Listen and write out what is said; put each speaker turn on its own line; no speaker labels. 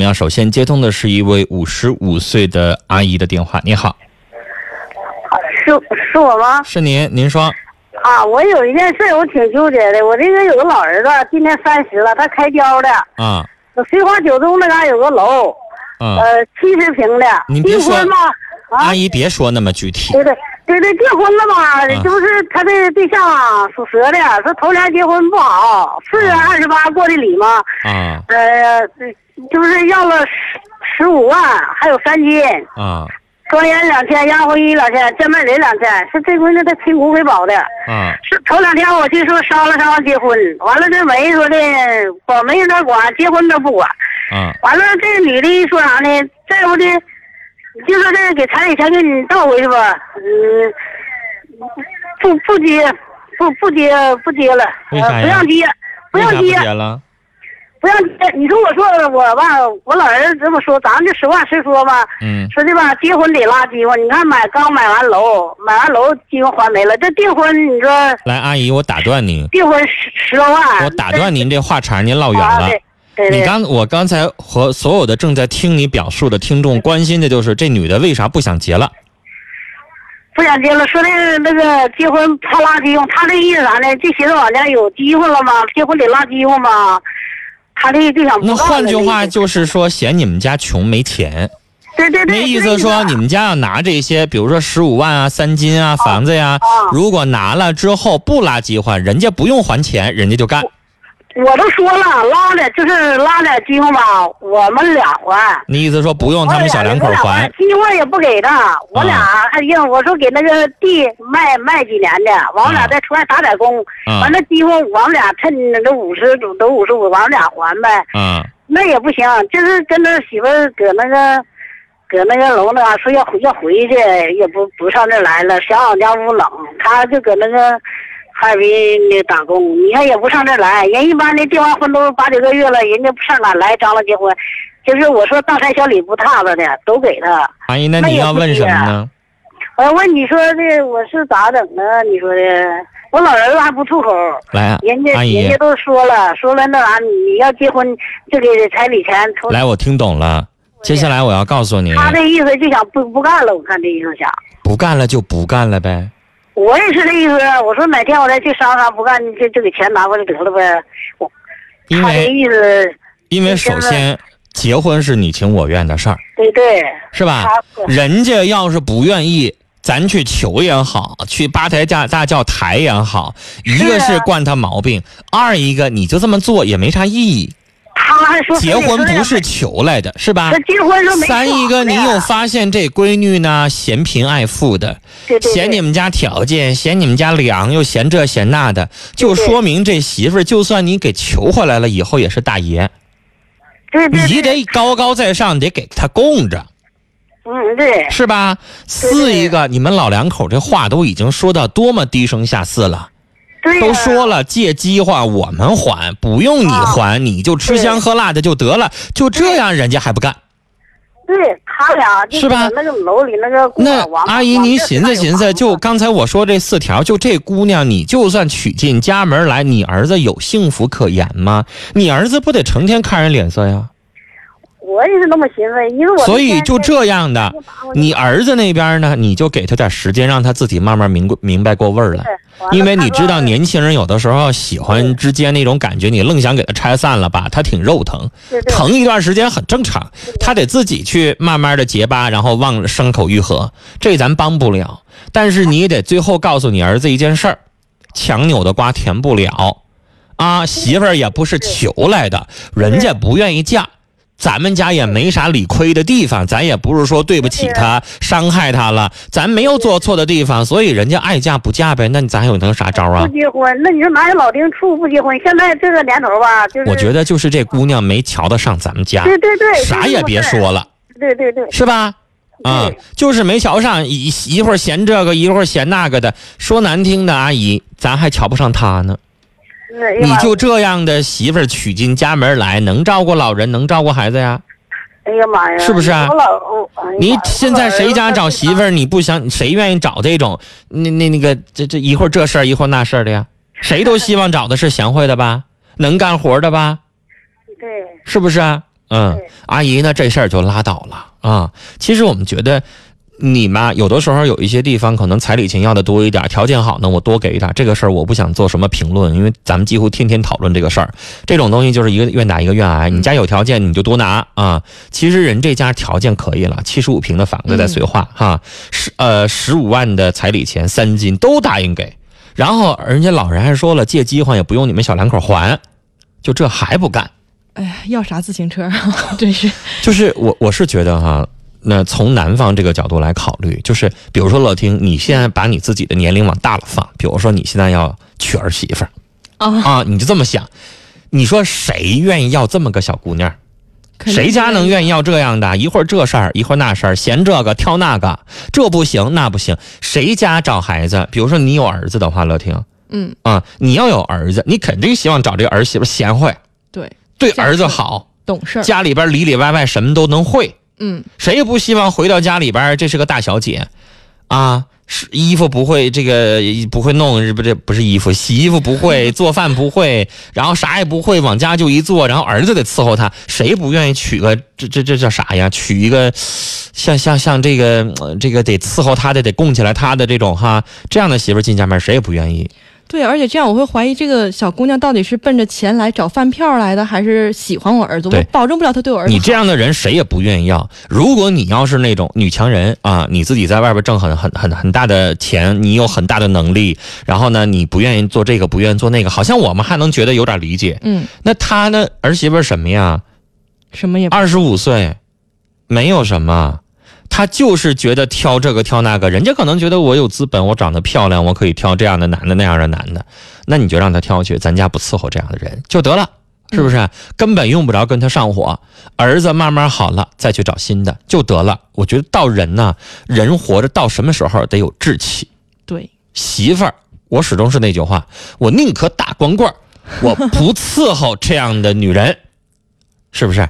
我们要首先接通的是一位五十五岁的阿姨的电话。你好，
是是我吗？
是您，您说，
啊，我有一件事儿我挺纠结的。我这个有个老儿子，啊今年三十了，他开雕的，
啊
绥化九中那嘎有个楼，
啊，
呃，七十平的。
您别
订
说哎
婚吧，啊
阿，姨别说那么具体
对对对对，订婚了
啊
吧？就是他的对象啊，属蛇的，说头年结婚不好，是二十八过的礼吗？
啊
呃，就是要了十十五万，还有三金。
啊
庄严两千，押婚姻两千，见面礼两千，是这闺女她亲骨给保的。
啊
是头两天我去说商量商量结婚，完了这媒说的管媒人那管，结婚都不管。
啊
完了这女的说啥呢？再不的，就说这给彩礼钱给你倒回去吧，嗯，不不接，不不接不接了，
为啥呀
呃不让接，不
为
啊让
啥不
接，
结了？
不让接。你说我说我吧，我老儿子这么说，咱们就实话实说吧。
嗯
说这吧，结婚得拉饥荒，你看买刚买完楼，买完楼饥荒还没了，这订婚你说。
来，阿姨，我打断您，
订婚十十多万，
我打断您这话茬，您唠
这
远
啊
了。
对对
你
对，
刚，我刚才和所有的正在听你表述的听众关心的就是这女的为啥不想结了？
不想结了，说那个那个结婚怕拉饥荒，他这意思啥呢？就寻思往家有饥荒了吗？结婚得拉饥荒吗？他这就想不
那
干了
换句话
这意思
就是说，嫌你们家穷没钱。
对对对，
那意思
这
说，你们家要拿这些，比如说十五万啊、三金啊、房子呀、
啊
如果拿了之后不拉饥荒，人家不用还钱，人家就干。
我都说了，拉点就是拉点饥荒吧，我们俩还。
你意思说不用他们小两口
我俩
还？，啊
鸡窝也不给他，我俩还硬，我说给那个地卖卖几年的，完我
啊
俩再出来打点工，
啊
完了鸡窝我们俩趁这五十都五十五，完我俩还呗，
啊
那也不行，就是跟那媳妇儿搁那个。搁那个楼那嘎说要回要回去，也不不上这儿来了，嫌俺家屋冷，他就搁那个哈尔滨那打工。你看也不上这儿来，人一般的结完婚都八九个月了，人家不上哪来张罗结婚？就是我说大山小李不踏实的，都给他。
阿姨，那
那
你
也
要
不
问什
是
么呢？
我要问你说的我是咋整的？你说的我老儿子还不吐口，
来啊
人家
阿姨
人家都说了，说了那啥，你要结婚就给彩礼钱。从
来，我听懂了。接下来我要告诉你，
他这意思就想不不干了，我看这意思想。
不干了就不干了呗。
我也是这意思，我说哪天我再去商量，不干就就给钱拿过来得了呗。我
因
他这
为
意思，
因为
你先
首
问
先，结婚是你情我愿的事儿，
对对，
是吧？
他
人家要是不愿意，咱去求也好，去八抬大大轿抬也好，一个
是啊
是惯他毛病，二一个你就这么做也没啥意义。
他还说
结婚不
是
是求来的，是吧
他？结婚说没
三一个，你有发现这闺女呢，嫌贫爱富的，
对对
嫌你们家条件，嫌你们家凉，又嫌这嫌那的，就
对
说明这媳妇儿，就算你给求回来了，以后也是大爷，
对对
你
对
得高高在上，你得给她供着。
嗯对
是吧？四一个，你们老两口这话都已经说到多么低声下气了，
对呀
都说了借饥荒我们还，不用你还，你就吃香喝辣的就得了，就这样人家还不干。
对他俩就是
吧
那个楼里那个姑
那
娘王
阿姨，
王
您
这
寻
大
思
有
寻思，
房
就
子
刚才我说这四条，就这姑娘，你就算娶进家门来，你儿子有幸福可言吗？你儿子不得成天看人脸色呀？
我也是那么寻思，因为我
所以
那天
就
在
这样的，你儿子那边呢，你就给他点时间，让他自己慢慢明过明白过味儿来。
完了
因为
他
你知
说
道，年轻人有的时候喜欢之间那种感觉，你愣想给他拆散了吧，他挺肉疼，
对对
疼一段时间很正常，他得自己去慢慢的结疤，然后望伤口愈合，这咱帮不了。但是你也得最后告诉你儿子一件事儿：强扭的瓜甜不了，啊，媳妇儿也不是求来的，人家不愿意嫁。咱们家也没啥理亏的地方，咱也不是说对不起他、伤害他了，咱没有做错的地方，所以人家爱嫁不嫁呗，那咱有能啥招啊
不？结婚，那你说哪有老丁处不结婚？现在这个年头吧，就是
我觉得就是这姑娘没瞧得上咱们家，
对对对，
啥也别
就是这么
说了，
事儿，对对对，
是吧？啊、
对
就是没瞧上，一一会儿嫌这个，一会儿嫌那个的。说难听的，阿姨，咱还瞧不上她呢。
是
你就这样的媳妇儿娶进家门来，能照顾老人，能照顾孩子呀？
哎呀妈呀，
是不是啊
我老我哎呀
你
妈呀
现在谁家找媳妇？儿，你不想谁愿意找这种那那那个这这一会儿这事儿一会儿那事儿的呀？谁都希望找的是贤惠的吧，能干活的吧，
我老儿子对，
是不是啊？嗯
对，
阿姨呢这事儿就拉倒了啊。其实我们觉得你嘛，有的时候有一些地方可能彩礼钱要的多一点，条件好呢我多给一点。这个事儿我不想做什么评论，因为咱们几乎天天讨论这个事儿。这种东西就是一个愿打一个愿挨，你家有条件你就多拿啊。其啊实人这家条件可以了，七十五平的房子在绥化哈，十呃十五万的彩礼钱三金都答应给，然后人家老人还说了借饥荒也不用你们小两口还，就这还不干。
哎呀，要啥自行车啊？ 真是，
就是我我是觉得哈、那从男方这个角度来考虑，就是比如说乐听，你现在把你自己的年龄往大了放，比如说你现在要娶儿媳妇儿
啊
啊，你就这么想，你说谁愿意要这么个小姑娘？
肯定
谁家能
愿
愿意要这样的？一会儿这事儿，一会儿那事儿，嫌这个挑那个，这不行那不行，谁家找孩子？比如说你有儿子的话，乐听
嗯，
啊，你要有儿子，你肯定希望找这个儿媳妇贤惠，
对，
对儿子好，
懂事儿，
家里边里里外外什么都能会。
嗯，
谁也不希望回到家里边儿，这是个大小姐，啊，是衣服不会，这个不会弄，是不这不是衣服，洗衣服不会，做饭不会，然后啥也不会，往家就一坐，然后儿子得伺候她，谁不愿意娶个这这这叫啥呀？娶一个像像像这个、呃这个得伺候她的，得供起来她的这种哈，这样的媳妇儿进家门儿谁也不愿意。
对，而且这样我会怀疑这个小姑娘到底是奔着钱来找饭票来的，还是喜欢我儿子？
对
我保证不了她对我儿子
你这样的人谁也不愿意要。如果你要是那种女强人啊，你自己在外边挣很很很很大的钱，你有很大的能力，然后呢，你不愿意做这个，不愿意做那个，好像我们还能觉得有点理解。
嗯，
那他呢，儿媳妇儿什么呀？
什么也不
二十五岁，没有什么。他就是觉得挑这个挑那个，人家可能觉得我有资本，我长得漂亮，我可以挑这样的男的那样的男的，那你就让他挑去，咱家不伺候这样的人就得了，是不是？根本用不着跟他上火，儿子慢慢好了再去找新的就得了。我觉得到人呢，人活着到什么时候得有志气，
对，
媳妇儿，我始终是那句话，我宁可打光棍儿，我不伺候这样的女人，是不是？